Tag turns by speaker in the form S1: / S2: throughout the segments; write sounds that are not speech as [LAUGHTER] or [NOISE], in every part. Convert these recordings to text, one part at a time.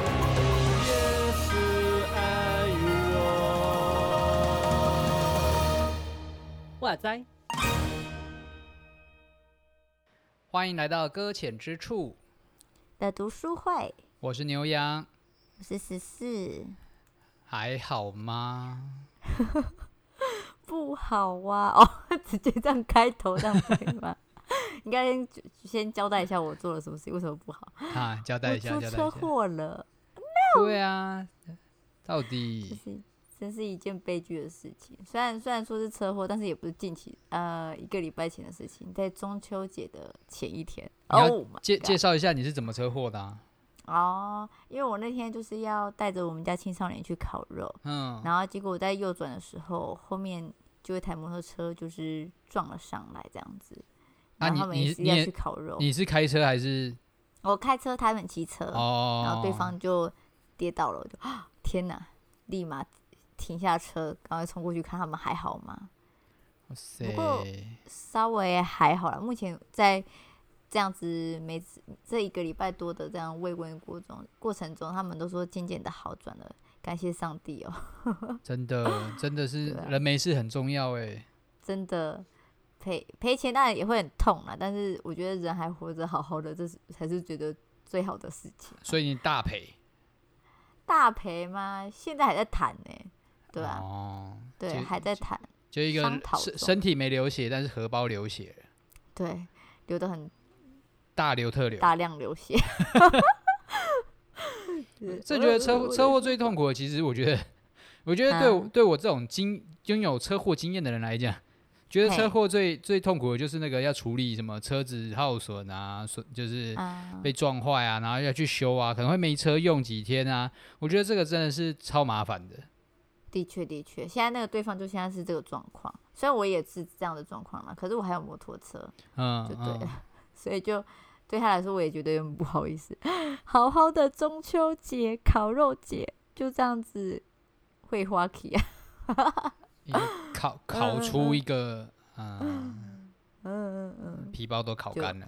S1: 也是爱与我。哇塞！
S2: 欢迎来到搁浅之处，
S3: 的读书会，
S2: 我是牛羊，
S3: 我是十四，
S2: 还好
S3: [GASPS]
S2: 吗？
S3: 不好啊！ [LAUGHS] 哦，直接这样开头，这样可以吗？ [LAUGHS] 应该先先交代一下我做了什么事，为什么不好？
S2: 啊，交代
S3: 我
S2: 一下，
S3: 出
S2: 交代
S3: 车
S2: 一下。
S3: 祸了，
S2: 对啊，到
S3: 就
S2: 底
S3: 是真是一件悲剧的事情。虽然虽然说是车祸，但是也不是近期，呃，一个礼拜前的事情，在中秋节的前一天。
S2: 你要
S3: Oh my
S2: 介介
S3: god！
S2: 绍一下你是怎么车祸的、啊？
S3: 哦，因为我那天就是要带着我们家青少年去烤肉，
S2: 嗯，
S3: 然后结果我在右转的时候，后面就一台摩托车就是撞了上来，这样子。
S2: 啊
S3: 然
S2: 你
S3: 后他们
S2: 你
S3: 也是
S2: 你
S3: 要
S2: 也
S3: 去烤肉，
S2: 你是开车还是？
S3: 我开车，他们骑车，
S2: 哦，
S3: 呃然后对方就跌倒了，我就啊天哪，立马停下车，赶快冲过去看他们还好吗？
S2: 哇塞，
S3: 不过呃稍微还好啦，目前在这样子每次这一个礼拜多的这样慰问过中过程中，他们都说渐渐的好转了，感谢上帝哦，
S2: 真
S3: [COUGHS]
S2: 的真的是
S3: 对啊
S2: 人没事很重要哎。
S3: 真的赔赔钱当然也会很痛啦，但是我觉得人还活着好好的，这是才是觉得最好的事情。啊
S2: 所以你大赔，
S3: 大赔吗？现在还在谈呢、对啊，
S2: 哦，
S3: 对，
S2: 就
S3: 还在谈，
S2: 就一个
S3: 商讨
S2: 身
S3: 中
S2: 身体没流血，但是荷包流血了，
S3: 对，流的很
S2: 大流特流。
S3: 大量
S2: [LAUGHS]
S3: 流血。嗯
S2: 这觉得车车
S3: 祸
S2: 祸最痛苦的，其实我觉得，我觉得对我、
S3: 啊
S2: 对我这种经拥有车祸经验的人来讲，觉得
S3: 嘿
S2: 车祸最最痛苦的就是那个要处理什么车子耗损啊，损就是
S3: 啊，
S2: 被撞坏啊，然后要去修啊，可能会没车用几天啊。我觉得这个真的是超麻烦的。
S3: 的确的确，现在那个对方就现在是这个状况，虽然我也是这样的状况了，可是我还有摩托车，
S2: 嗯，
S3: 就对
S2: 嗯
S3: [LAUGHS] 了，所以就对他来说，我也觉得有点不好意思。 [LAUGHS] 好好的中秋节烤肉节就这样子会花期啊， [LAUGHS]
S2: 已经烤烤
S3: 嗯嗯
S2: 出
S3: 嗯
S2: 一个嗯，
S3: 嗯嗯嗯，
S2: 皮包都烤
S3: 就
S2: 干了。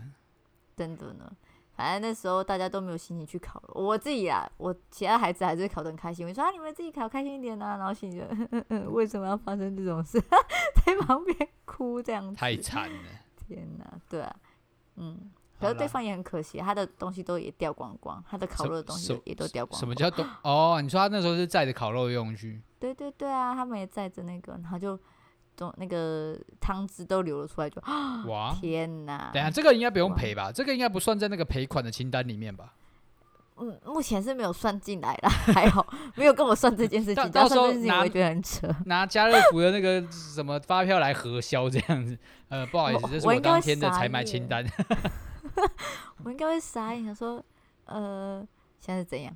S3: 真的呢。反正那时候大家都没有心情去烤肉，我自己啊，我其他孩子还是烤得很开心。我说啊，你们自己烤开心一点啊，然后心里就 [LAUGHS] 嗯嗯嗯，为什么要发生这种事， [LAUGHS] 在旁边哭这样子？
S2: 太惨了，
S3: 天哪，对啊，嗯。
S2: 好
S3: 可是对
S2: 啦
S3: 方也很可惜，他的东西都也掉光光，他的烤
S2: 什
S3: 肉的东西
S2: 什
S3: 都也都掉光光。
S2: 什么叫东？哦，你说他那时候是载着烤肉用具，
S3: 对对对啊，他们也载着那个，然后就总那个汤汁都流了出来就，
S2: 哇！
S3: 天哪！
S2: 哦等一下，这个应该不用
S3: 啊哇
S2: 赔吧？这个应该不算在那个赔款的清单里面吧？ [LAUGHS]
S3: 嗯，目前是没有算进来啦，还好没有跟我算这件事
S2: 到
S3: 情。只要
S2: 到时候
S3: 算这件事情，
S2: 拿
S3: 我也觉得很扯。
S2: 拿家乐福的那个什么发票来核销这样子？呃，不好意思，
S3: 我
S2: 这是
S3: 我
S2: 我
S3: 应该
S2: 当
S3: 会
S2: 天的
S3: 傻
S2: 采买
S3: 眼 [LAUGHS]
S2: 清单。
S3: 我应该会傻眼，想说，呃，现在是怎样？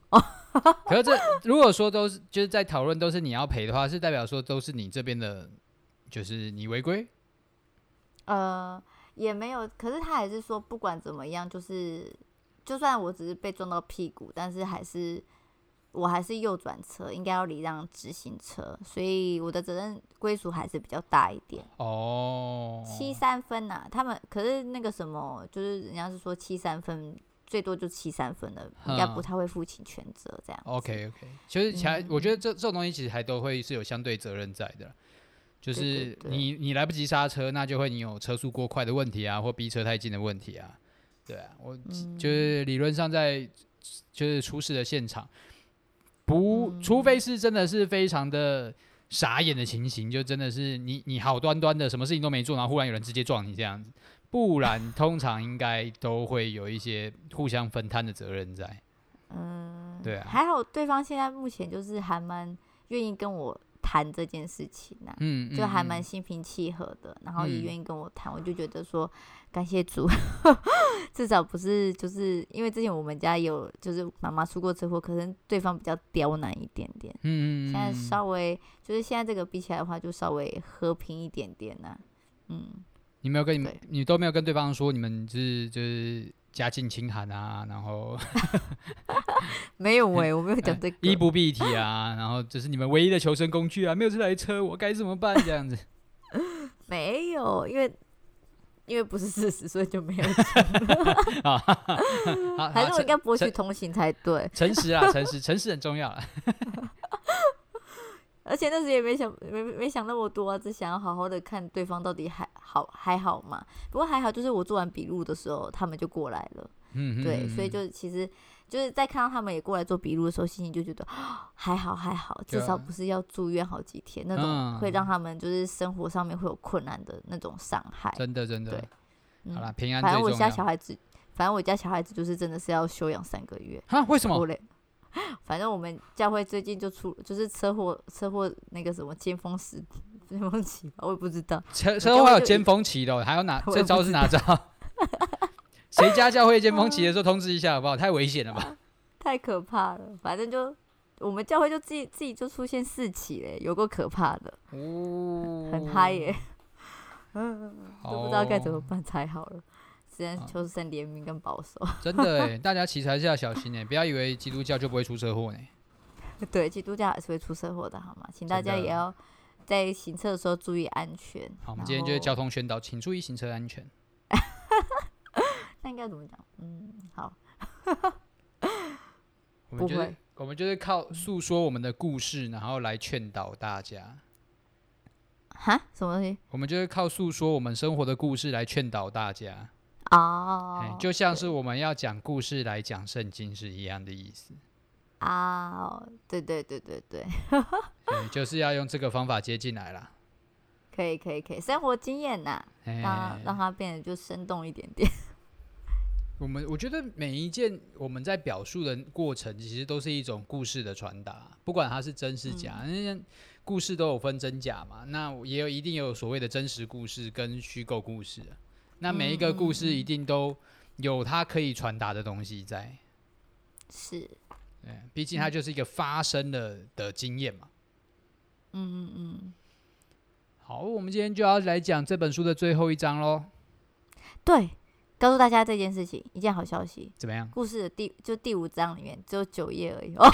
S2: 可是这如果说都是就是在讨论都是你要赔的话，是代表说都是你这边的，就是你违规
S3: 呃，也没有，可是他还是说，不管怎么样，就是就算我只是被撞到屁股，但是还是我还是右转车，应该要礼让直行车，所以我的责任归属还是比较大一点。
S2: 哦。
S3: 七三分呐、他们可是那个什么，就是人家是说七三分，最多就七三分了，应该
S2: 嗯
S3: 不太会负起全责这样子。嗯
S2: OK OK，其实其还、我觉得这这种东西其实还都会是有相对责任在的啦，就
S3: 对对
S2: 是
S3: 对
S2: 你你来不及刹车，那就会你有车速过快的问题啊，或逼车太近的问题啊，对啊，我
S3: 嗯
S2: 就是理论上在就是出事的现场，不，
S3: 嗯
S2: 除非是真的是非常的傻眼的情形，就真的是你你好端端的什么事情都没做，然后忽然有人直接撞你这样子，不然通常应该都会有一些互相分摊的责任在，
S3: 嗯，
S2: 对啊
S3: 还好对方现在目前就是还蛮愿意跟我谈这件事情呐、
S2: 嗯，
S3: 就还
S2: 嗯
S3: 蛮
S2: 嗯
S3: 心平气和的，然后也
S2: 嗯
S3: 愿意跟我谈，我就觉得说感谢主， [LAUGHS] 至少不是就是因为之前我们家有就是妈妈出过车祸，可能对方比较刁难一点点，
S2: 嗯，嗯嗯
S3: 现在
S2: 嗯
S3: 稍微就是现在这个比起来的话，就稍微和平一点点啦、嗯，
S2: 你没有跟你们
S3: 对
S2: 你都没有跟对方说你们是就是家境清寒啊，然
S3: [LAUGHS]
S2: 后
S3: 没有欸喂、我没有讲
S2: 哎
S3: 这个。
S2: 衣不蔽体啊，然后这是你们唯一的求生工具啊，没有这台车我该怎么办这样子？
S3: 没有，因为因为不是事实，所以就 [LAUGHS] 没有讲。
S2: 啊，哈哈好，
S3: 还是
S2: 好
S3: 我应该博取
S2: 陈
S3: 同情才对。
S2: 诚实啊，诚实，诚实很重要啊。
S3: 而且那时也没想没没想那么多啊，只想要好好的看对方到底还好还好嘛。不过还好，就是我做完笔录的时候，他们就过来了。
S2: 嗯，嗯
S3: 对，
S2: 嗯
S3: 所以就其实就是在看到他们也过来做笔录的时候，心情就觉得 [GASPS] 啊还好还好，
S2: 对啊
S3: 至少不是要住院好几天那种，
S2: 嗯
S3: 会让他们就是生活上面会有困难的那种伤害。
S2: 真的真的
S3: 对，嗯
S2: 好啦，，平安
S3: 反正我
S2: 最重
S3: 家小
S2: 要。
S3: 孩子，反正我家小孩子就是真的是要休养三个月，
S2: 哈，为什
S3: 拖
S2: 么？
S3: 累。反正我们教会最近就出就是车祸，车祸那个什么尖峰时尖峰期吧，我也不知道。
S2: 车
S3: 我
S2: 车
S3: 家
S2: 祸还有
S3: 就
S2: 尖峰期的哦，还有哪？
S3: [LAUGHS] 我
S2: 这
S3: 也不
S2: 招是哪招？谁家教会尖峰
S3: [LAUGHS] 嗯
S2: 期的时候通知一下好不好？太危险了吧？
S3: 太可怕了。反正就我们教会就自己自己就出现四起嘞，有够可怕的，
S2: 哦，哦
S3: 很嗨耶、 [LAUGHS] 嗯，都不知道该怎么
S2: 好
S3: 办才好了。只
S2: 嗯
S3: 能求神怜悯跟保守。
S2: 真的哎，大家其实还是要小心哎，不要以为基督教就不会出车祸呢。
S3: [LAUGHS] 对，基督教还是会出车祸的，好吗？请大
S2: 真
S3: 家
S2: 的
S3: 也要在行车的时候注意安全。
S2: 好，我
S3: 然
S2: 们今天就是
S3: 后
S2: 交通宣导，请注意行车安全。
S3: 那应该怎么讲？嗯，好，
S2: 我们就
S3: 不
S2: 是
S3: 会
S2: 我们就是靠诉说我们的故事，然后来劝导大家。
S3: 哈，什么东西？
S2: 我们就是靠诉说我们生活的故事来劝导大家，哎、
S3: 哦，
S2: 就像是我们要讲故事来讲圣经是一样的意思，
S3: 啊、哦，对对对对对，
S2: 对，就是要用这个方法接进来啦。
S3: 可以可以可以，生活经验呐、
S2: 哎、
S3: 让它让它变得就生动一点点。 [LAUGHS]
S2: 我们我觉得每一件我们在表述的过程，其实都是一种故事的传达，不管它是真是假，
S3: 嗯
S2: 因为故事都有分真假嘛。那也有一定有所谓的真实故事跟虚构故事啊，那每一个故
S3: 嗯
S2: 事一定都有它可以传达的东西在。
S3: 是，
S2: 对，毕竟它就是一个发生了的经验嘛。
S3: 嗯嗯嗯，
S2: 好，我们今天就要来讲这本书的最后一章喽，
S3: 对，告诉大家这件事情，一件好消息，
S2: 怎么样？
S3: 故事的第就第五章里面只有九页而已哦，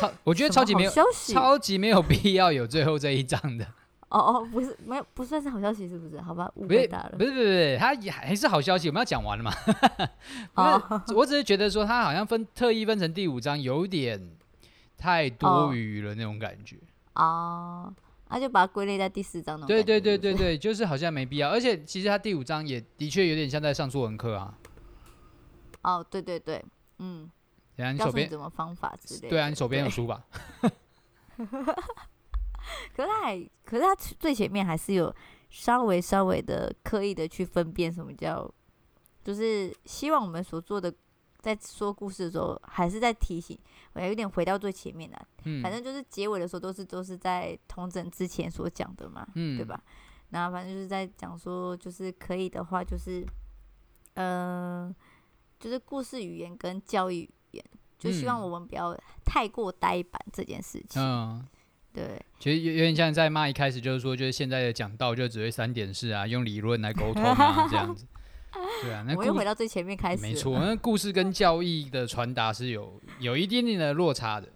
S2: 超，我觉得
S3: 什
S2: 超
S3: 么
S2: 级
S3: [LAUGHS] 好
S2: 没有，
S3: 消息哦
S2: 超级没有必要有最后这一章的。
S3: 哦，不是没有不算是好消息是不是？好吧，误
S2: 不是
S3: 会大了
S2: 不是不是不是，它也还是好消息，我们要讲完了嘛？
S3: 哦，
S2: 我只是觉得说它好像分特意分成第五章，有点太多
S3: 哦
S2: 余了那种感觉。
S3: 哦，那就把它归类在第四章那种
S2: 对
S3: 感
S2: 对
S3: 觉
S2: 对
S3: 是不
S2: 对
S3: 是
S2: 对，就是好像没必要。而且其实它第五章也的确有点像在上作文课啊。
S3: 哦，对对对，嗯，
S2: 等一下你
S3: 告
S2: 手
S3: 诉你
S2: 边
S3: 怎么方法之类的，
S2: 对啊，你手边有
S3: 对
S2: 书吧？
S3: 可是他还，可是他最前面还是有稍微稍微的刻意的去分辨什么叫，就是希望我们所做的，在说故事的时候，还是在提醒，我有点回到最前面了。
S2: 嗯，
S3: 反正就是结尾的时候都是都是在同整之前所讲的嘛，
S2: 嗯
S3: 对吧？然后反正就是在讲说，就是可以的话，就是，嗯、就是故事语言跟教育语言，就希望
S2: 嗯
S3: 我们不要太过呆板这件事情。
S2: 嗯。
S3: 对，
S2: 其实有有点像在骂，一开始就是说，就是现在的讲道就只会三点式啊，用理论来沟通啊，这样子。对啊，那
S3: 我又
S2: 故
S3: 回到最前面开始了。
S2: 没错，那故事跟教义的传达是有有一定定的落差的。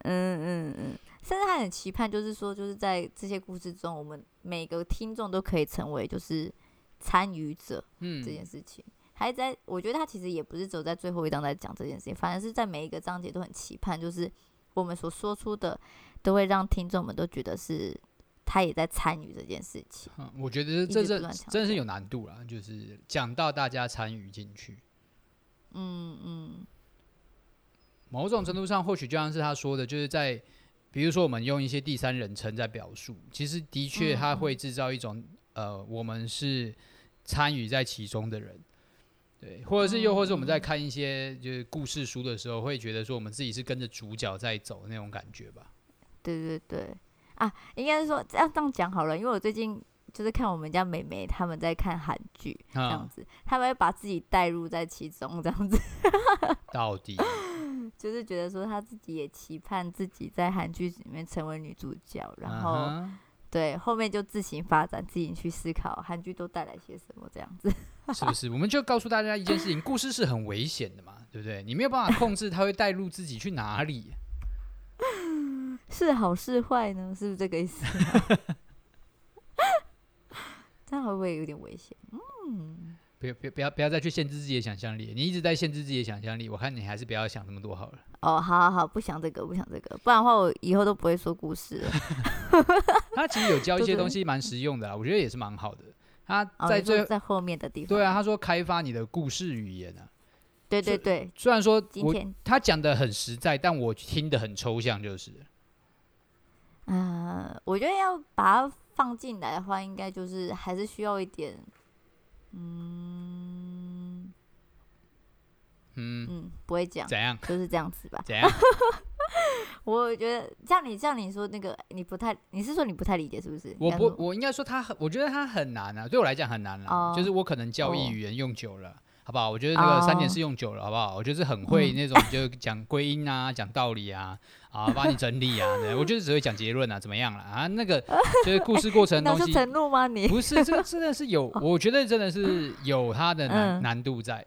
S3: 嗯嗯嗯，甚至还很期盼，就是说，就是在这些故事中，我们每个听众都可以成为就是参与者这
S2: 嗯
S3: 件事情。还在，我觉得他其实也不是只有在最后一章在讲这件事情，反而是在每一个章节都很期盼，就是我们所说出的都会让听众们都觉得是他也在参与这件事情。
S2: 嗯，我觉得
S3: 直
S2: 这
S3: 不
S2: 这
S3: 断强
S2: 真的是
S3: 调
S2: 有难度啦，就是讲到大家参与进去，
S3: 嗯嗯，
S2: 某种程度上或许就像是他说的，就是在比如说我们用一些第三人称在表述，其实的
S3: 嗯
S2: 确他会制造一种、呃，我们是参与在其中的人。对，或者是又或者是我们
S3: 哦
S2: 在看一些就是故事书的时候，会觉得说我们自己是跟着主角在走那种感觉吧。
S3: 对对对。啊，应该是说这样这样讲好了，因为我最近就是看我们家美美他们在看韩剧，这样
S2: 啊、
S3: 子，他们会把自己带入在其中，这样子， [LAUGHS]
S2: 到底
S3: 就是觉得说他自己也期盼自己在韩剧里面成为女主角，然后、
S2: 嗯
S3: 对后面就自行发展，自己去思考韩剧都带来些什么这样子。
S2: 哼 [LAUGHS] 是不是？我们就告诉大家一件事情：故事是很危险的嘛，对不对？你没有办法控制它会带入自己去哪里。 [LAUGHS]
S3: 是好是坏呢？是不是这个意思？ [LAUGHS] 这样会不会有点危险？
S2: 不要不要不要不要再去限制自己的想象力，你一直在限制自己的想象力，我看你还是不要想这么多好
S3: [LAUGHS]
S2: 了。
S3: 哦，好好好，不想这个，不想这个，不然的话我以后都不会说故事了。
S2: 他其实有教一些
S3: 对对
S2: 东西蛮实用的啦，我觉得也是蛮好的。他
S3: 哦、
S2: 在
S3: 你说
S2: 最、
S3: 在后面的地方，
S2: 对啊，他说开发你的故事语言啊，
S3: 对对对，
S2: 虽然说
S3: 今
S2: 我
S3: 天
S2: 他讲的很实在，但我听得很抽象，就是了
S3: 呃，我觉得要把它放进来的话，应该就是还是需要一点，嗯
S2: 嗯，
S3: 嗯，不会讲，
S2: 怎样
S3: 就是这样子吧。
S2: 怎样？
S3: 我觉得像你像你说那个，你不太，你是说你不太理解是不是？
S2: 我
S3: 你刚
S2: 不
S3: 说
S2: 我应该说他很，我觉得他很难啊，对我来讲很难啦、
S3: 哦
S2: 就是我可能教
S3: 哦
S2: 义语言用久了。好不好？我觉得那个三点
S3: 哦
S2: 式用久了，好不好？我就是很会
S3: [LAUGHS]
S2: 那种，就讲归因啊，讲道理啊，啊，帮你整理啊。对我就是只会讲结论啊，怎么样了啊？那个就是故事过
S3: [LAUGHS]
S2: 程的
S3: 难
S2: 东
S3: 说
S2: 西，
S3: 承诺吗？你
S2: 不是，这个真的是
S3: [LAUGHS]
S2: 有，我觉得真的是有它的难、
S3: 哦嗯
S2: 难度在。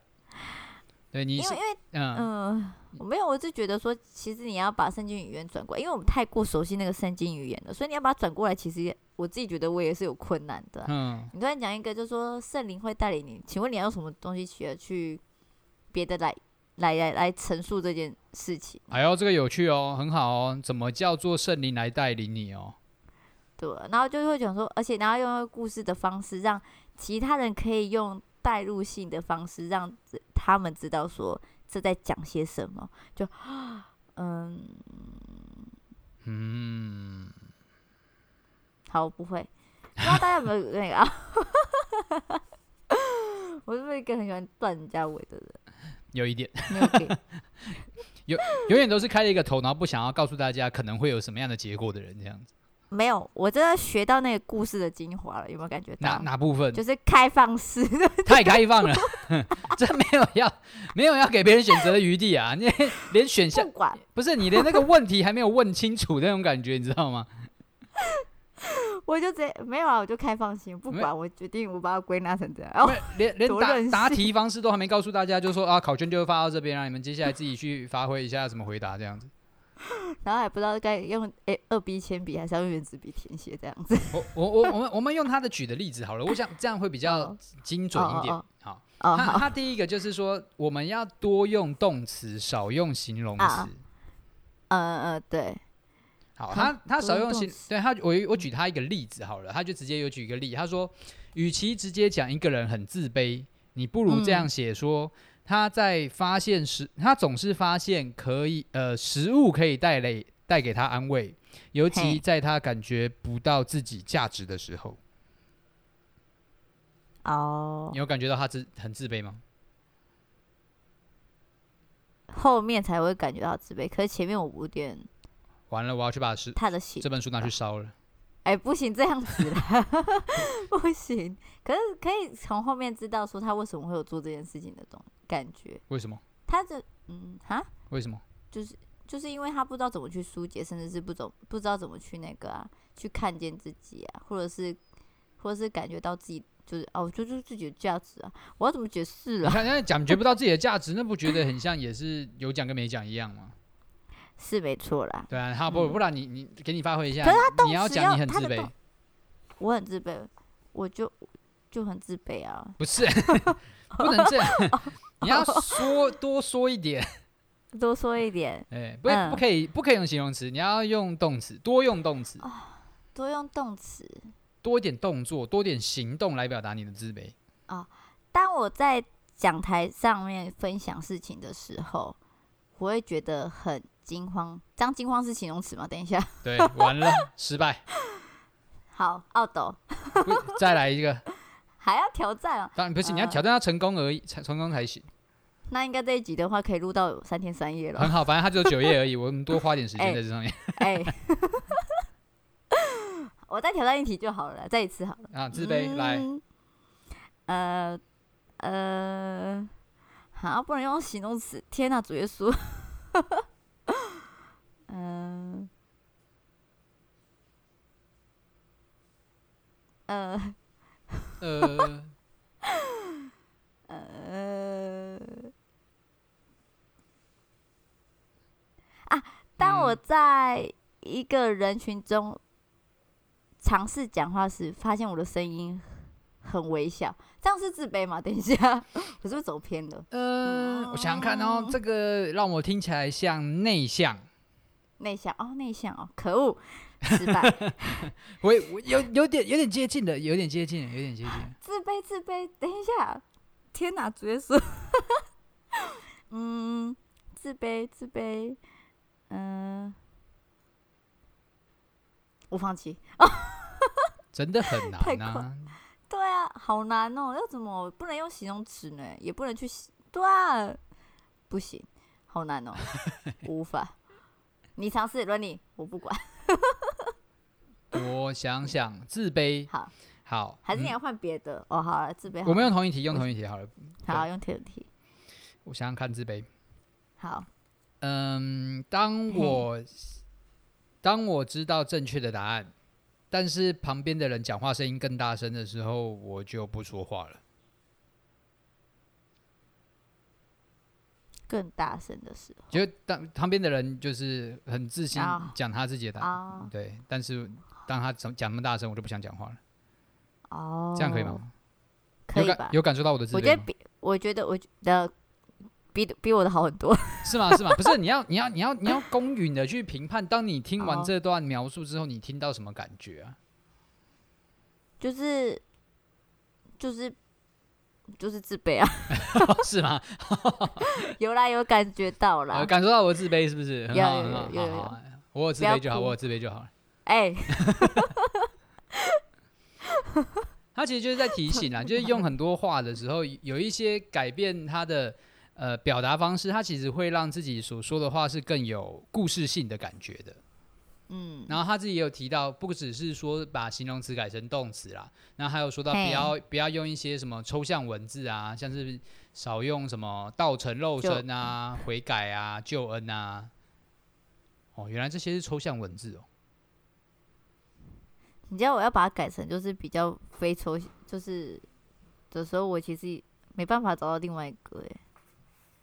S2: 对，你
S3: 因
S2: 是
S3: 为因为
S2: 嗯，
S3: 嗯，我没有，我是觉得说，其实你要把圣经语言转过来，因为我们太过熟悉那个圣经语言了，所以你要把它转过来，其实也我自己觉得我也是有困难的啊、
S2: 嗯，
S3: 你突然讲一个，就说圣灵会带领你，请问你要用什么东西学去别的来来来来陈述这件事情？
S2: 哎呦，这个有趣哦，很好哦。怎么叫做圣灵来带领你哦？
S3: 对，啊然后就会讲说，而且然后用一个故事的方式，让其他人可以用代入性的方式，让自他们知道说这在讲些什么。就，嗯，
S2: 嗯，
S3: 好，我不会。不知道大家有没有那个啊？ [LAUGHS] 我是一个很喜欢断人家尾的人，
S2: 有一点，
S3: 没有给。 [LAUGHS]
S2: 永远都是开了一个头，然后不想要告诉大家可能会有什么样的结果的人，这样
S3: [LAUGHS]
S2: 子。
S3: 没有，我真的学到那个故事的精华了，有没有感觉
S2: 哪
S3: 到？
S2: 哪部分
S3: 就是开放式的，
S2: [LAUGHS] 太开放了？ [LAUGHS] 这没有要没有要给别人选择的余地啊！ [LAUGHS] 你连选项
S3: 不管
S2: 不是你连那个问题还没有问清楚那种感觉，你知道吗？
S3: 我就直接没有啊，我就开放性，不
S2: 没
S3: 管我决定，我把它归纳成这样。哦
S2: 没，有连连
S3: 多任
S2: 答答
S3: 性
S2: 题方式都还没告诉大家，就说啊，考卷就发到这边，让你们接下来自己去发挥一下怎么回答这样子。
S3: 然后还不知道该用诶二 B 铅笔还是要用圆珠笔填写这样子。
S2: 我我我我们我们用他的举的例子好了，我想这样会比较
S3: 哦
S2: 精准一点
S3: 哦。
S2: 好，
S3: 哦，
S2: 他
S3: 好，
S2: 他第一个就是说，我们要多用动词，少用形容词
S3: 啊。嗯嗯，对，
S2: 好，
S3: 好
S2: 他他
S3: 多
S2: 少
S3: 用
S2: 用
S3: 动
S2: 形，
S3: 词
S2: 对他我我举他一个例子好了，他就直接有举一个例，他说，与其直接讲一个人很自卑，你不如这样写说，他在发现时，他总是发现可以呃食物可以带来带给他安慰，尤其
S3: 嘿
S2: 在他感觉不到自己价值的时候，
S3: 哦
S2: 你，有感觉到他自很自卑吗？
S3: 后面才会感觉到自卑，可是前面我有点
S2: 完了，我要去把食
S3: 他的行
S2: 这本书拿去烧了。
S3: 哎、不行，这样子啦， [LAUGHS] 不行。可是可以从后面知道说他为什么会有做这件事情的种感觉。
S2: 为什么？
S3: 他的嗯哈，
S2: 为什么？
S3: 就是就是因为他不知道怎么去疏解，甚至是不懂不知道怎么去那个啊，去看见自己啊，或者是或者是感觉到自己就是哦，就就是自己的价值啊，我要怎么解释
S2: 你
S3: 啊？ [LAUGHS]
S2: 看，人家感觉不到自己的价值，那不觉得很像也是有讲跟没讲一样
S3: [LAUGHS]
S2: 吗？
S3: 是没错啦，
S2: 对啊，好不
S3: 嗯
S2: 不然你你给你发挥一下，
S3: 可是
S2: 你要
S3: 词
S2: 讲
S3: 要
S2: 你很自
S3: 他的
S2: 卑
S3: 动，我很自卑，我就就很自卑啊。
S2: 不是 [LAUGHS] 不能
S3: [LAUGHS]
S2: 这样，你要说多说一点，
S3: 多说一点，
S2: 哎，不
S3: 嗯
S2: 不可以不可以用形容词，你要用动词，多用动词，
S3: 哦多用动词。
S2: 多一点动作，多点行动来表达你的自卑。
S3: 当我在讲台上面分享事情的时候，我会觉得很惊慌。这样惊慌是形容词吗？等一下， [LAUGHS]
S2: 对，完了，失败，
S3: 好，奥斗
S2: 不再来一个，
S3: 还要挑战啊！
S2: 当然不是你要挑战要成功而已，成成功才行。
S3: 那应该这一集的话可以录到三天三夜
S2: 很
S3: 了。
S2: 好，反正它只有九页而已，我们多花点时间
S3: 哎
S2: 在这上面
S3: 哎， [LAUGHS] 我再挑战一题就好了，再一次好了。
S2: 啊。自卑来，
S3: 嗯。呃呃，好，不能用形容词。天哪，主耶稣。 [LAUGHS] 嗯、呃。
S2: 呃，
S3: 呃，啊，当我在一个人群中尝试讲话时，发现我的声音很微小，这样是自卑吗？等一下，我是不是走偏了？呃
S2: 嗯，我想想看哦，这个让我听起来像内向。
S3: 内向哦，内向哦，可恶，失败，
S2: 我也我有有点有点接近的，有点接近了，有点接近了。
S3: 自卑，自卑。等一下，天哪，主耶稣，嗯，自卑，自卑，嗯、我放弃。
S2: 真的很
S3: 太
S2: 难
S3: 快
S2: 啊！
S3: 对啊，好难哦，要怎么不能用形容词呢？也不能去形，对啊，不行，好 [LAUGHS] 难哦，无法。你尝试，伦理，我 [LAUGHS] 不管。
S2: 我想想，自卑
S3: 好，
S2: 好，
S3: 还是你
S2: 嗯
S3: 要换别的、哦。好了，自卑好了。
S2: 我们用同一题，用同一题好了。
S3: 好用 TNT。
S2: 我想想看，自卑。
S3: 好，
S2: 嗯，当我当我知道正确的答案，但是旁边的人讲话声音更大声的时候，我就不说话了。
S3: 更大声的时候
S2: 就当旁边的人就是很自信
S3: 啊
S2: 讲他自己的答案，
S3: 啊
S2: 对。但是当他讲讲那么大声，我就不想讲话了。
S3: 哦，
S2: 这样可以？吗？
S3: 可
S2: 有
S3: 以
S2: 感
S3: 吧？
S2: 有感受到我的自
S3: 我觉
S2: 卑
S3: [LAUGHS] 得
S2: 吗？
S3: 比我觉得我的比比我的好很多。 [LAUGHS]
S2: 是吗？是吗？不是，你要你要你要你要公允的去评判。当你听完
S3: 哦
S2: 这段描述之后，你听到什么感觉
S3: [LAUGHS]
S2: 啊？
S3: 就是就是就是自卑啊， [LAUGHS]
S2: 是吗？
S3: 有啦，有感觉到啦
S2: 呃，。感受到我的自卑是不是？很
S3: 有
S2: 好
S3: 有
S2: 很好
S3: 有有
S2: 好
S3: 有
S2: 好我有自
S3: 不要
S2: 卑就好，
S3: 哭
S2: 我有自卑就好了。
S3: 哎、
S2: 他其实就是在提醒啊，就是用很多话的时候，有一些改变他的呃表达方式，他其实会让自己所说的话是更有故事性的感觉的。
S3: 嗯，
S2: 然后他自己也有提到，不只是说把形容词改成动词啦，然后还有说到不
S3: 嘿
S2: 要不要用一些什么抽象文字啊，像是少用什么道成肉身啊、悔改啊、救恩啊。哦，原来这些是抽象文字哦。
S3: 你知道我要把它改成就是比较非抽，就是的时候，我其实没办法找到另外一个哎、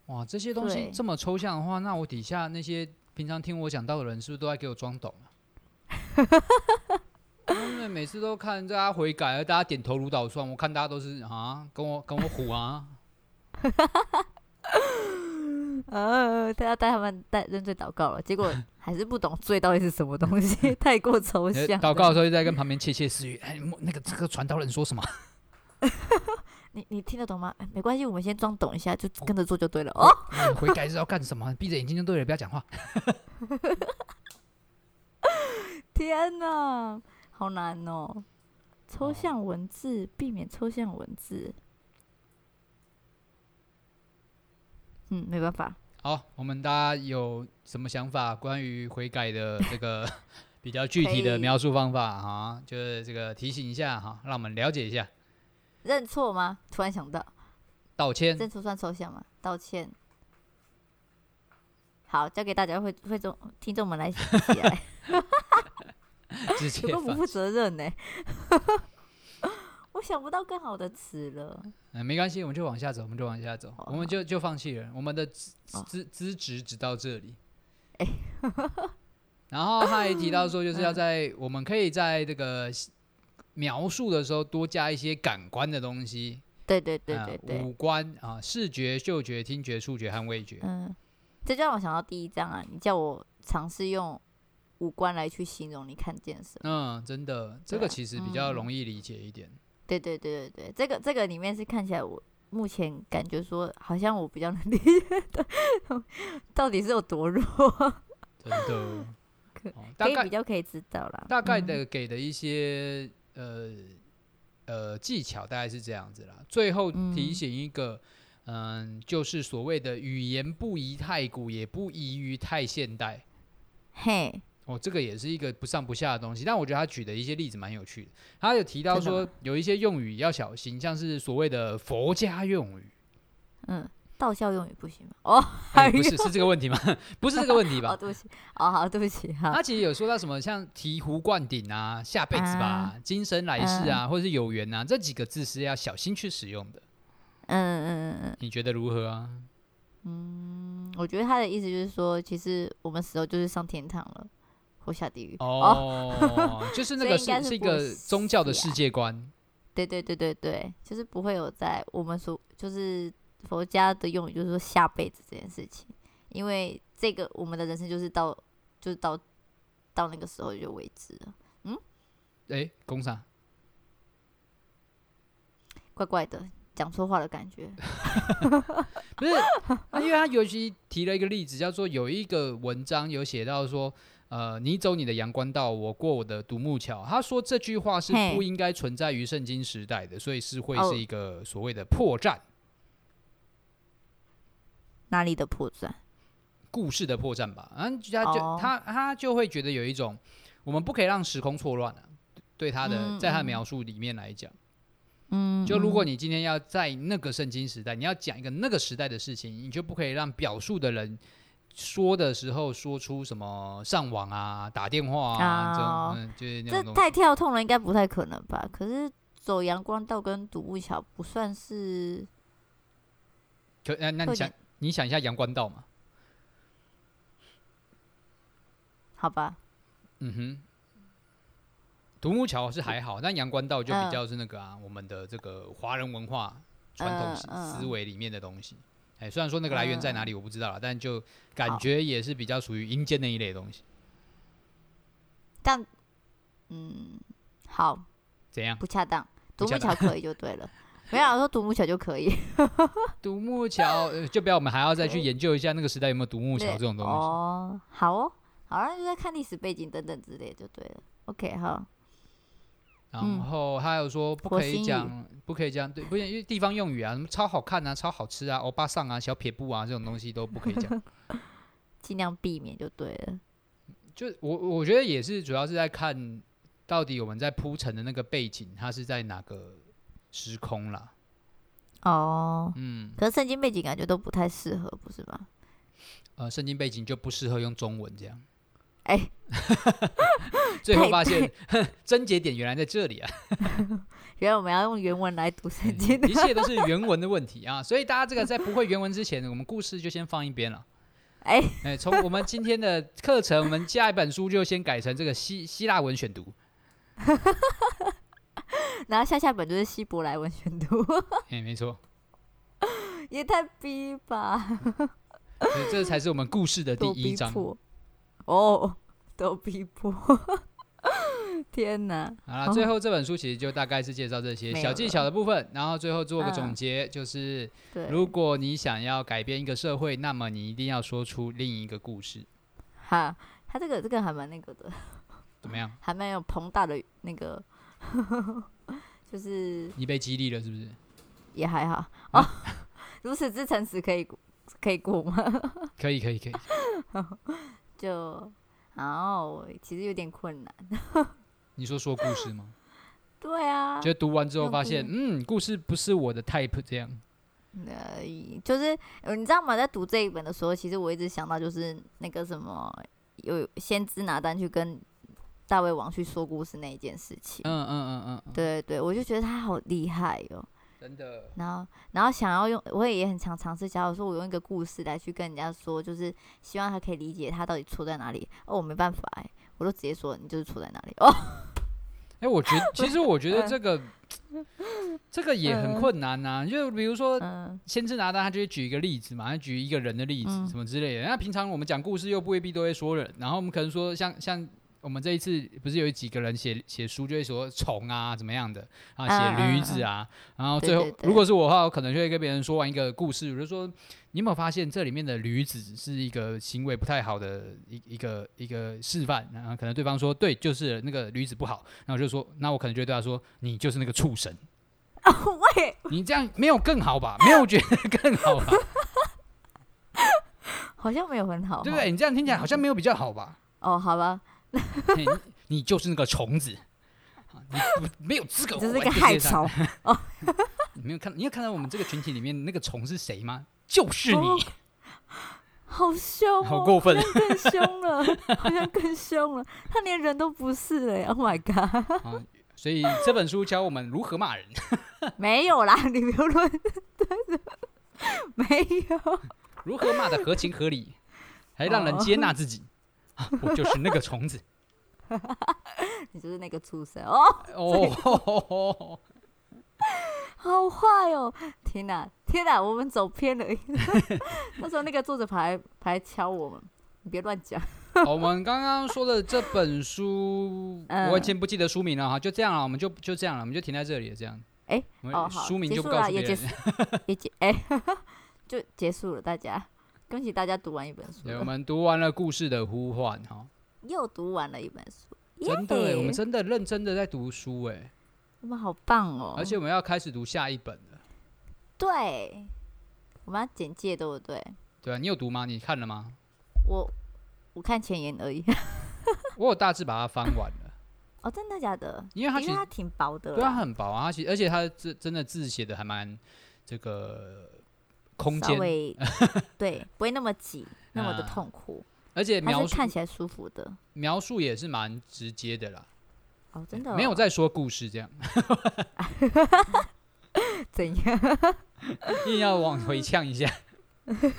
S2: 哇，这些东西
S3: 对
S2: 这么抽象的话，那我底下那些平常听我讲到的人，是不是都在给我装
S3: [LAUGHS]
S2: 懂啊？他们每次都看大家悔改，大家点头如捣蒜，我看大家都是啊，跟我跟我唬
S3: [LAUGHS]
S2: 啊。
S3: 呃，大家带他们带认罪祷告了，结
S2: [LAUGHS]
S3: 果还是不懂罪到底是什么东西，太过抽
S2: 呃
S3: 象。
S2: 祷告的时候就在跟旁边窃窃私语，哎，莫那个这个传道人说什么？ [LAUGHS]
S3: 你你听得懂吗？哎没关系，我们先装懂一下，就跟着做就对了哦。
S2: 嗯悔改是要干什么？闭着眼睛就对了，不要讲话。
S3: 天哪，好难哦！抽象文字，避免抽象文字。嗯，没办法，
S2: 好，我们大家有什么想法关于悔改的这个比较具体
S3: 可
S2: 的
S3: 以
S2: 描述方法啊？就是这个提醒一下哈，让我们了解一下
S3: 认错吗？突然想到，
S2: 道歉。
S3: 认错算抽象吗？道歉。好，交给大家会会众听众们来写起来，
S2: 直
S3: 有
S2: 接
S3: 个不
S2: 放
S3: 负责任呢、 [LAUGHS] 我想不到更好的词了。
S2: 嗯，没关系，我们就往下走，我们就往下走，
S3: 好
S2: 我们就就放弃了，我们的资
S3: 哦
S2: 资资质只到这里
S3: 哎。
S2: 然后他还提到
S3: [LAUGHS]
S2: 说，就是要在我们可以在这个描述的时候多加一些感官的东西，
S3: 对对对
S2: 啊
S3: 对对，
S2: 五官啊，视觉、嗅觉、听觉、触觉和味觉。
S3: 嗯，这就让我想到第一章啊，你叫我尝试用五官来去形容你看见什么。
S2: 嗯，真的，这
S3: 对
S2: 个
S3: 啊
S2: 其实比较
S3: 嗯
S2: 容易理解一点。
S3: 对对对对对，这个这个里面是看起来我目前感觉说，好像我比较能理解的， [LAUGHS] 到底是有多弱，
S2: 真的。
S3: [LAUGHS] 可
S2: 哦大
S3: 可以
S2: 概
S3: 比较可以知道啦。
S2: 大概
S3: 嗯
S2: 的给的一些、呃呃技巧大概是这样子啦。最后提
S3: 嗯
S2: 醒一个，嗯、就是所谓的语言不宜太古，也不宜于太现代。
S3: 嘿，
S2: 哦，这个也是一个不上不下的东西，但我觉得他举的一些例子蛮有趣的。他有提到
S3: 真的
S2: 说有一些用语要小心，像是所谓的佛家用
S3: [LAUGHS]
S2: 语，
S3: 嗯，道校用语不行吗？哦，
S2: 哎
S3: 哎
S2: 不
S3: 呦
S2: 是是这个问题吗？ [LAUGHS] 不是这个问题吧
S3: 哦，？对不起，哦，好，对不起，哈，
S2: 他啊其实有说到什么像醍醐灌顶啊、下辈子吧、
S3: 啊
S2: 今生来世啊，或者是有缘啊，这几个字是要小心去使用的。
S3: 嗯嗯嗯
S2: 你觉得如何啊？
S3: 嗯嗯，我觉得他的意思就是说，其实我们死后就是上天堂了，或下地狱。
S2: 哦，就是那
S3: [LAUGHS] 所以
S2: 个
S3: 应该
S2: 是
S3: 是
S2: 是一
S3: 不
S2: 个宗教的
S3: 是啊
S2: 世界观，
S3: 对对对对对，就是不会有在我们所就是佛家的用语，就是说下辈子这件事情，因为这个我们的人生就是到就是到到那个时候就为止了，
S2: 哎，工厂
S3: 怪怪的，讲错话的感觉。
S2: 不是，啊因为他尤其提了一个例子，叫做有一个文章有写到说，呃，你走你的阳关道，我过我的独木桥。他说这句话是
S3: 嘿
S2: 不应该存在于圣经时代的，所以是会
S3: 哦
S2: 是一个所谓的破绽，
S3: 哪里的破绽？
S2: 故事的破绽吧。然后他就、
S3: 哦
S2: 他他就会觉得有一种，我们不可以让时空错乱啊。对他的，
S3: 嗯
S2: 在他的
S3: 嗯
S2: 描述里面来讲。
S3: 嗯，
S2: 就如果
S3: 嗯
S2: 你今天要在那个圣经时代，你要讲一个那个时代的事情，你就不可以让表述的人说的时候说出什么上网啊、打电话啊，
S3: 哦
S2: 这种嗯，就是那
S3: 这
S2: 种东西。
S3: 太跳痛了，应该不太可能吧？可是走阳光道跟独木桥不算是
S2: 就那那
S3: 会
S2: 你
S3: 有
S2: 想
S3: 点，
S2: 你想一下阳关道嘛？
S3: 好吧？
S2: 嗯哼，独木桥是还好，但阳关道就比
S3: 嗯
S2: 较是那个啊，我们的这个华人文化传统
S3: 嗯
S2: 思
S3: 嗯
S2: 思维里面的东西。哎，虽然说那个来源在哪里我不知道了，但就感觉也是比较属于阴间那一类的东西。
S3: 但嗯，好
S2: 怎样？
S3: 不恰当，
S2: 不
S3: 独木
S2: 恰当
S3: 桥可以就对了。没有我啊说独木桥就可以，
S2: 独木桥，呃就不要我们还要再去研究一下那个时代有没有独木桥
S3: 对
S2: 这种东西。
S3: 哦，好哦，好，那就在看历史背景等等之类就对了。OK，好，
S2: 然后还有说不
S3: 嗯火
S2: 可以
S3: 星语
S2: 讲，不可以讲，对，不是因为地方用语啊，什么超好看啊、超好吃啊、欧巴桑啊、小撇步啊这种东西都不可以讲。
S3: 尽量避免就对了。
S2: 就我我觉得也是，主要是在看到底我们在铺陈的那个背景，它是在哪个时空啦。
S3: 哦，
S2: 嗯，
S3: 可是圣经背景感觉都不太适合，不是吗？
S2: 呃，圣经背景就不适合用中文这样。
S3: 哎、
S2: 最后
S3: 太
S2: 发现， [LAUGHS] 症结点原来在这里啊。
S3: 原来我们要用原文来读圣经
S2: 一切都是原文的问题啊！所以大家这个在不会原文之前，我们故事就先放一边了。
S3: 哎
S2: 哎，从我们今天的课程，我们下一本书就先改成这个希希腊文选读。
S3: 然后下下本就是希伯来文选读，
S2: 哎，没错，
S3: 也太逼吧，
S2: 所以这才是我们故事的第
S3: 多
S2: 一
S3: 逼
S2: 章。
S3: 迫哦，都逼迫， [LAUGHS] 天哪！
S2: 好了，最后这本书其实就大概是介绍这些
S3: 没有
S2: 小技巧的部分，然后最后做个
S3: 嗯
S2: 总结，就是
S3: 对，
S2: 如果你想要改变一个社会，那么你一定要说出另一个故事，
S3: 哈，他这个这个还蛮那个的，
S2: 怎么样？
S3: 还蛮有庞大的那个， [LAUGHS] 就是
S2: 你被激励了是不是？
S3: 也还好
S2: 嗯
S3: 哦。 [LAUGHS] 如此之诚实可以可以过吗？ [LAUGHS]
S2: 可以，可以，可以。
S3: 就然后其实有点困难。
S2: 你说说故事吗？
S3: 对啊，
S2: 就读完之后
S3: 用
S2: 发
S3: 故
S2: 现，嗯，故事不是我的 type 这样。
S3: 呃，就是呃你知道吗？在读这一本的时候，其实我一直想到就是那个什么，有先知拿单去跟大胃王去说故事那一件事情。
S2: 嗯嗯嗯嗯，
S3: 对对对，我就觉得他好厉害哦哟、
S2: 真的。
S3: 然后，然后想要用，我也很常尝试。假如说我用一个故事来去跟人家说，就是希望他可以理解他到底错在哪里。哦，我没办法哎、我都直接说你就是错在哪里。哦，
S2: 哎、我觉其实我觉得这 [LAUGHS] 个嗯这个也很困难呐、就比如说。
S3: 嗯， [LAUGHS]
S2: 先知拿单，他就会举一个例子嘛，他举一个人的例子、
S3: 嗯
S2: 什么之类的。那平常我们讲故事又不未必都会说人，然后我们可能说像像我们这一次不是有几个人写写书就会说虫啊怎么样的啊，
S3: 嗯
S2: 写
S3: 嗯
S2: 驴子啊，然后
S3: 对
S2: 最后
S3: 对对
S2: 如果是我的话，我可能就会跟别人说完一个故事，我就说你有没有发现这里面的驴子是一个行为不太好的一一个一个示范？然后可能对方说对，就是那个驴子不好，然后我就说那我可能就会对他说你就是那个畜生。
S3: 喂，
S2: 你这样没有更好吧？没有觉得更好吧？
S3: 好像没有很好，嗯
S2: 对不对？？你这样听起来好像没有比较好吧？
S3: 哦，好吧，
S2: 嘿你你就是那个虫子， [LAUGHS] 啊你不没有资格
S3: [LAUGHS] 你
S2: 活
S3: 这
S2: 在这
S3: 是个
S2: 个
S3: 害
S2: 世界上。
S3: 虫。
S2: [LAUGHS] 你没有看，你有看到我们这个群体里面那个虫是谁吗？就是
S3: [LAUGHS] 哦
S2: 你，
S3: 好凶、哦，
S2: 好过分
S3: 好像更凶了，好像更凶了。他连人都不是哎、o h my god， [LAUGHS]
S2: 所以这本书教我们如何骂人。
S3: 没有啦，你不要乱， [LAUGHS] 真的没有。 [LAUGHS]
S2: 如何骂的合情合理，还让人接纳自己。啊我就是那个虫
S3: [LAUGHS]
S2: 子
S3: 你就是那个畜生哦，
S2: 哦， [LAUGHS]
S3: 好坏哦！天哪，天哪，我们走
S2: [LAUGHS]
S3: 偏了。那时候那个作者跑来跑来敲我们，你别乱讲。
S2: 我们刚刚说的这本书，
S3: 嗯
S2: 我已经不记得书名了哈，就这样了，我们就就这样了，我们就停在这里了，这样。
S3: 哎
S2: 我
S3: 哦
S2: 们
S3: 好
S2: 书名
S3: 结
S2: 就
S3: 束
S2: 不告
S3: 了
S2: 诉别
S3: 也结
S2: 人
S3: 束。也结哎、 [LAUGHS] 就结束了，大家恭喜大家读完一本书
S2: 对，
S3: 了
S2: 我们读完了《故事的呼唤》哈，
S3: 又读完了一本书，
S2: 真的耶，我们
S3: 耶
S2: 真的认真的在读书哎，
S3: 我们好棒哦！
S2: 而且我们要开始读下一本了。
S3: 对，我们要简介对不对？
S2: 对啊，你有读吗？你看了吗？
S3: 我我看前言而已。 [LAUGHS]
S2: 我有大致把它翻完了，
S3: 哦，真的假的？
S2: 因为它
S3: 其
S2: 其
S3: 实
S2: 实
S3: 它挺薄的啦，
S2: 对啊，很薄啊，它其实而且它字真的字写的还蛮这个空
S3: 稍
S2: 间， [LAUGHS]
S3: 微对，不会那么挤，那么的
S2: 啊
S3: 痛苦，
S2: 而且
S3: 它
S2: 描
S3: 是
S2: 述
S3: 看起来舒服的。
S2: 描述也是蛮直接的啦，
S3: 哦，真的、
S2: 没有在说故事这样，
S3: [LAUGHS]
S2: [LAUGHS]
S3: 怎样，
S2: 硬要往回呛一下。
S3: [LAUGHS]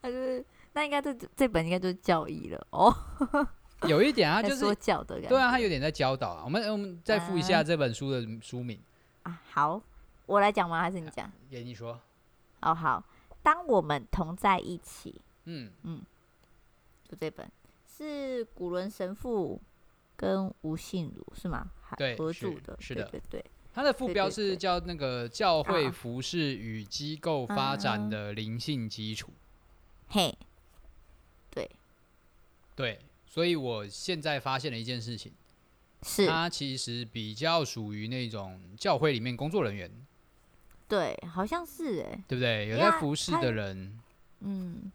S3: 它就是那应该这这本应该就是教义了哦，
S2: 有一点啊，
S3: 在
S2: 就
S3: 说
S2: 是
S3: 教的感觉。
S2: 对啊，他有点在教导啊。我们我们再附一下
S3: 啊
S2: 这本书的书名，
S3: 啊，好，我来讲吗？还是你讲？
S2: 演绎说，
S3: 哦，好，当我们同在一起，
S2: 嗯，
S3: 就这本是古伦神父跟吴信如是吗？还
S2: 对
S3: 合
S2: 是
S3: 著的，
S2: 是
S3: 对
S2: 的
S3: 对对，
S2: 它的副
S3: 对
S2: 标
S3: 对
S2: 是
S3: 对
S2: 叫那个教会
S3: 啊
S2: 服饰与机构发展
S3: 啊
S2: 的灵性基础。
S3: 嘿，对，
S2: 对，所以我现在发现了一件事情，
S3: 是，
S2: 他其实比较属于那种教会里面工作人员，
S3: 对，好像是哎、
S2: 对不对？有
S3: 因为
S2: 在
S3: 他
S2: 服侍
S3: 他
S2: 的人，
S3: 嗯，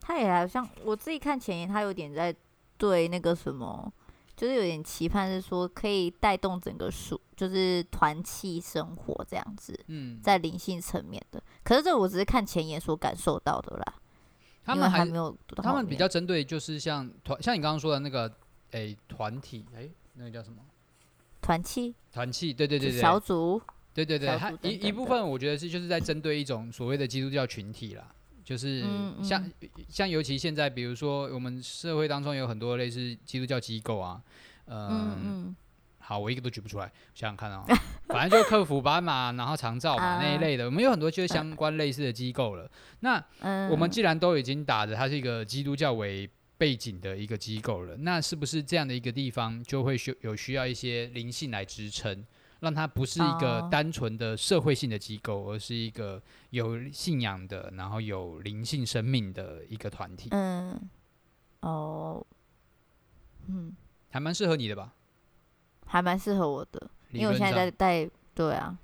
S3: 他也好像我自己看前言，他有点在对那个什么，就是有点期盼是说可以带动整个属，就是团契生活这样子，
S2: 嗯，
S3: 在灵性层面的。可是这我只是看前言所感受到的啦，
S2: 他
S3: 因
S2: 们
S3: 为
S2: 还
S3: 还没有读到
S2: 他
S3: 后
S2: 们比
S3: 面
S2: 较针对就是像团，像你刚刚说的那个，诶，团体，诶，那个叫什么？
S3: 团契
S2: 团契，对对
S3: 就
S2: 对对，
S3: 小组，
S2: 对对对，
S3: 小
S2: 它
S3: 组等
S2: 一一
S3: 等
S2: 部
S3: 的
S2: 分我觉得是就是在针对一种所谓的基督教群体啦，就是
S3: 嗯
S2: 像、像尤其现在，比如说我们社会当中有很多类似基督教机构啊，
S3: 嗯
S2: 嗯，
S3: 嗯，
S2: 好，我一个都举不出来，想想看啊、反正就客服班嘛，然后长照嘛、那一
S3: [LAUGHS] 啊
S2: 类的，我们有很多就是相关类似的机构了。那
S3: 嗯，
S2: 我们既然都已经打着它是一个基督教为背景的一个机构了，那是不是这样的一个地方就会需有需要一些灵性来支撑，让它不是一个
S3: 哦
S2: 单纯的社会性的机构，而是一个有信仰的，然后有灵性生命的一个团体，
S3: 嗯，哦，嗯，
S2: 还蛮适合你的吧？
S3: 还蛮适合我的。
S2: 理
S3: 因为
S2: 论
S3: 我现在在
S2: 上，
S3: 带，对啊，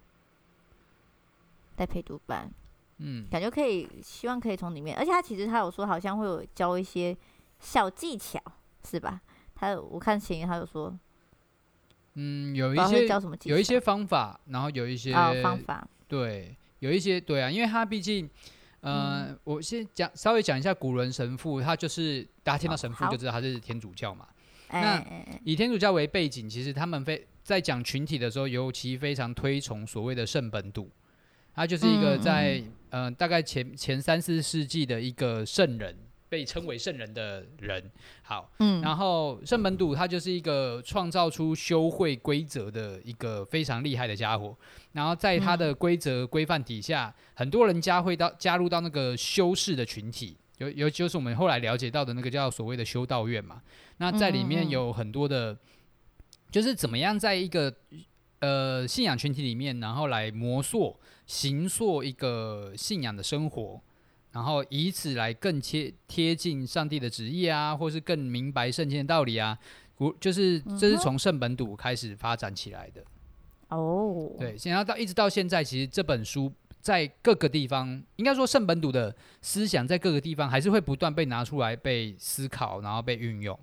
S3: 带陪读班，
S2: 嗯，
S3: 感觉可以，希望可以从里面，而且他其实他有说好像会有教一些小技巧，是吧？他有我看前言他有说，
S2: 嗯，有
S3: 不
S2: 一
S3: 知道会
S2: 些
S3: 教什么技巧，
S2: 有一些方法，然后有一些、呃
S3: 啊、方法，
S2: 对，有一些对啊，因为他毕竟，呃，
S3: 嗯
S2: 我先讲稍微讲一下古伦神父，他就是大家听到
S3: 哦
S2: 神父
S3: 好
S2: 就知道他是天主教嘛。
S3: 哎
S2: 那
S3: 哎哎，
S2: 以天主教为背景，其实他们非在讲群体的时候，尤其非常推崇所谓的圣本笃，他就是一个
S3: 嗯
S2: 在、呃大概前前三四世纪的一个圣人，被称为圣人的人。好，
S3: 嗯，
S2: 然后圣本笃他就是一个创造出修会规则的一个非常厉害的家伙，然后在他的规则规范底下，很多人加会到加入到那个修士的群体。有有就是我们后来了解到的那个叫所谓的修道院嘛，那在里
S3: 嗯嗯
S2: 面
S3: 嗯
S2: 有很多的，就是怎么样在一个呃信仰群体里面，然后来磨塑、形塑一个信仰的生活，然后以此来更贴贴近上帝的旨意啊，或是更明白圣经的道理啊。古就是这是
S3: 嗯哼
S2: 从圣本笃开始发展起来的，
S3: 哦，
S2: 对，现在到一直到现在，其实这本书在各个地方，应该说圣本笃的思想在各个地方还是会不断被拿出来被思考，然后被运用。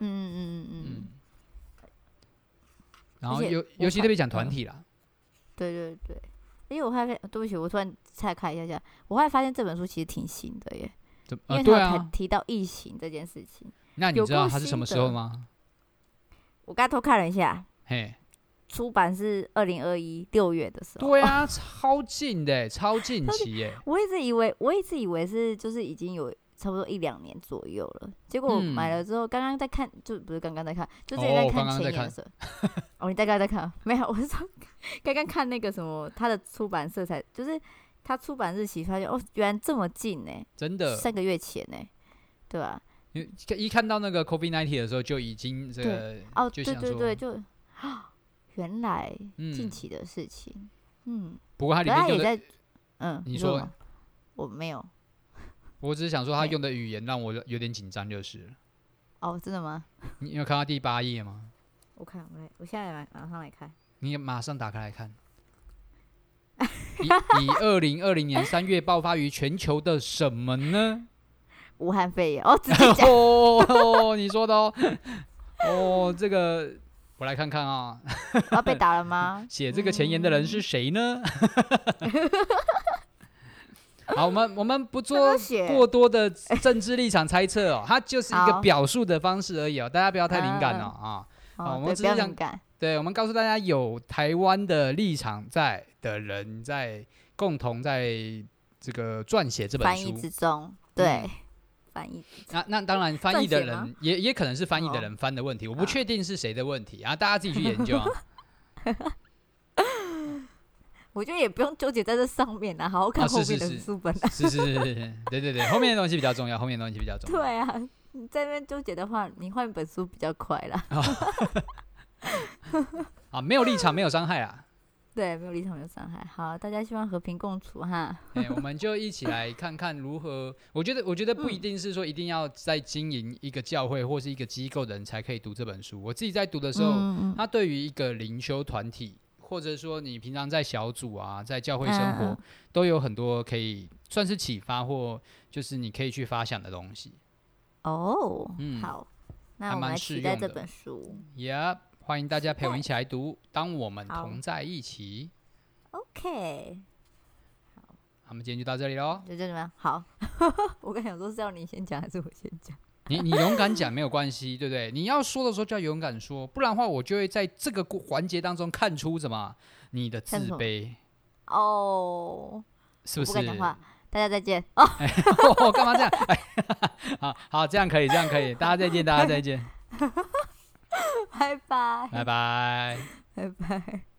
S3: 嗯嗯嗯嗯嗯
S2: 嗯，，然后
S3: 而且
S2: 尤
S3: 我
S2: 尤其
S3: 发
S2: 特别讲团
S3: 嗯
S2: 体啦，
S3: 对对对，因为我还发现，对不起，我突然岔开一下下，我后来发现这本书其实挺新的耶，
S2: 怎么
S3: 因
S2: 呃
S3: 为
S2: 对
S3: 他有
S2: 啊
S3: 提，提到疫情这件事情，
S2: 那你
S3: 有
S2: 知道
S3: 够
S2: 他是什
S3: 新
S2: 么时
S3: 的
S2: 候吗？
S3: 我刚才偷看了一下，
S2: 嘿，
S3: 出版是二零二一六月的时候。哦
S2: 对啊
S3: [LAUGHS]
S2: 啊，超近的欸，超近
S3: 超
S2: 期耶，
S3: 我一直以为，我一直以为是就是已经有差不多一两年左右了。结果我
S2: 嗯
S3: 买了之后，刚刚在看，就不是刚刚在看，就之前
S2: 哦
S3: 在
S2: 刚
S3: 看
S2: 刚
S3: 前
S2: 在
S3: 言
S2: 看
S3: 的时候，哦，你大概在看？ [LAUGHS] 没有，我是说刚刚看那个什么，它的出版色彩，就是它出版日期，发现哦，原来这么近呢、
S2: 真的，
S3: 三个月前呢、对吧、
S2: 因为一看到那个 COVID 1 9的时候就已经这个
S3: 哦，
S2: 就
S3: 对
S2: 想
S3: 对
S2: 说
S3: 对，就 [GASPS] 原来近
S2: 嗯，
S3: 期的事情，嗯，
S2: 不过它
S3: 可
S2: 里
S3: 他
S2: 面用
S3: 也
S2: 的，
S3: 在，嗯，
S2: 你
S3: 说
S2: 说
S3: 什么，我没有，
S2: 我只是想说它
S3: 对
S2: 用的语言让我有点紧张，就是了。
S3: 哦，真的吗？
S2: 你有看到第八页吗？
S3: 我看，我来，我现在来马上来看，
S2: 你马上打开来
S3: [LAUGHS]
S2: 看。以以二零二零年三月爆发于全球的什么
S3: [LAUGHS]
S2: 呢？
S3: 武汉肺炎，哦，直接 [LAUGHS]
S2: [LAUGHS]
S3: 讲，
S2: 哦 [LAUGHS] 你说的哦，哦，这个我来看看啊、？
S3: 我要被打了吗
S2: 写这个前言的人
S3: 嗯
S2: 是谁
S3: [LAUGHS]
S2: 呢？好，我们我们不
S3: 他
S2: 做
S3: 都写哦
S2: 过多的政治立场猜测哦，它就是一个
S3: 好
S2: 表述的方式而已哦，大家不要太敏感哦啊。好我
S3: 哦，
S2: 们
S3: 对，
S2: 只
S3: 不要
S2: 是想
S3: 敏感，
S2: 对，我们告诉大家有台湾的立场在的人在共同在这个撰写这本
S3: 翻译
S2: 书
S3: 之。中，对，嗯 [LAUGHS] 翻译，
S2: 那那当然，翻译的
S3: 撰写吗哦
S2: 人也也可能是翻译的人翻的问题，我不
S3: 好
S2: 确定是谁的问题啊，大家自己去研究啊。
S3: 我觉得也不用纠结在这上面啦，好好看
S2: 啊是
S3: 后面
S2: 是
S3: 的
S2: 是
S3: 书本， [LAUGHS]
S2: 是是是是是，对对对，后面的东西比较重要，后面的东西比较重要。
S3: 对啊。你在那边纠结的话，你换一本书比较快啦。 [LAUGHS]
S2: 啊，没有立场，没有伤害啊。
S3: 对，没有立场，没有伤害。好，大家希望和平共处哈。
S2: 哎、我们就一起来看看如何。我觉得，我觉得不
S3: 嗯
S2: 一定是说一定要在经营一个教会或是一个机构的人才可以读这本书。我自己在读的时候，
S3: 嗯嗯
S2: 他对于一个灵修团体，或者说你平常在小组啊，在教会生活，
S3: 嗯嗯
S2: 都有很多可以算是启发或就是你可以去发想的东西。
S3: 哦，
S2: 嗯
S3: 好，
S2: 还
S3: 那我们
S2: 蛮
S3: 来
S2: 适
S3: 期待
S2: 用
S3: 这
S2: 的
S3: 本书。
S2: Yeah，欢迎大家陪我一起来读。当我们
S3: 好
S2: 同在一起，
S3: OK，
S2: 那么今天就到这里喽。
S3: 就这样吗？好， [LAUGHS] 我刚想说是要你先讲还是我先讲？
S2: 你你勇敢讲没有关系，对不对？你要说的时候就要勇敢说，不然的话，我就会在这个过环节当中看出什么你的自
S3: 看什么
S2: 卑，
S3: 哦，
S2: 是不
S3: 不
S2: 是？ [LAUGHS]
S3: 敢讲话，大家再见哦。
S2: 哦，干嘛这样？ [LAUGHS] 哎、好好，这样可以，这样可以，大家再
S3: [LAUGHS]
S2: 见，大家再见，
S3: 拜拜，
S2: 拜拜。
S3: 拜拜。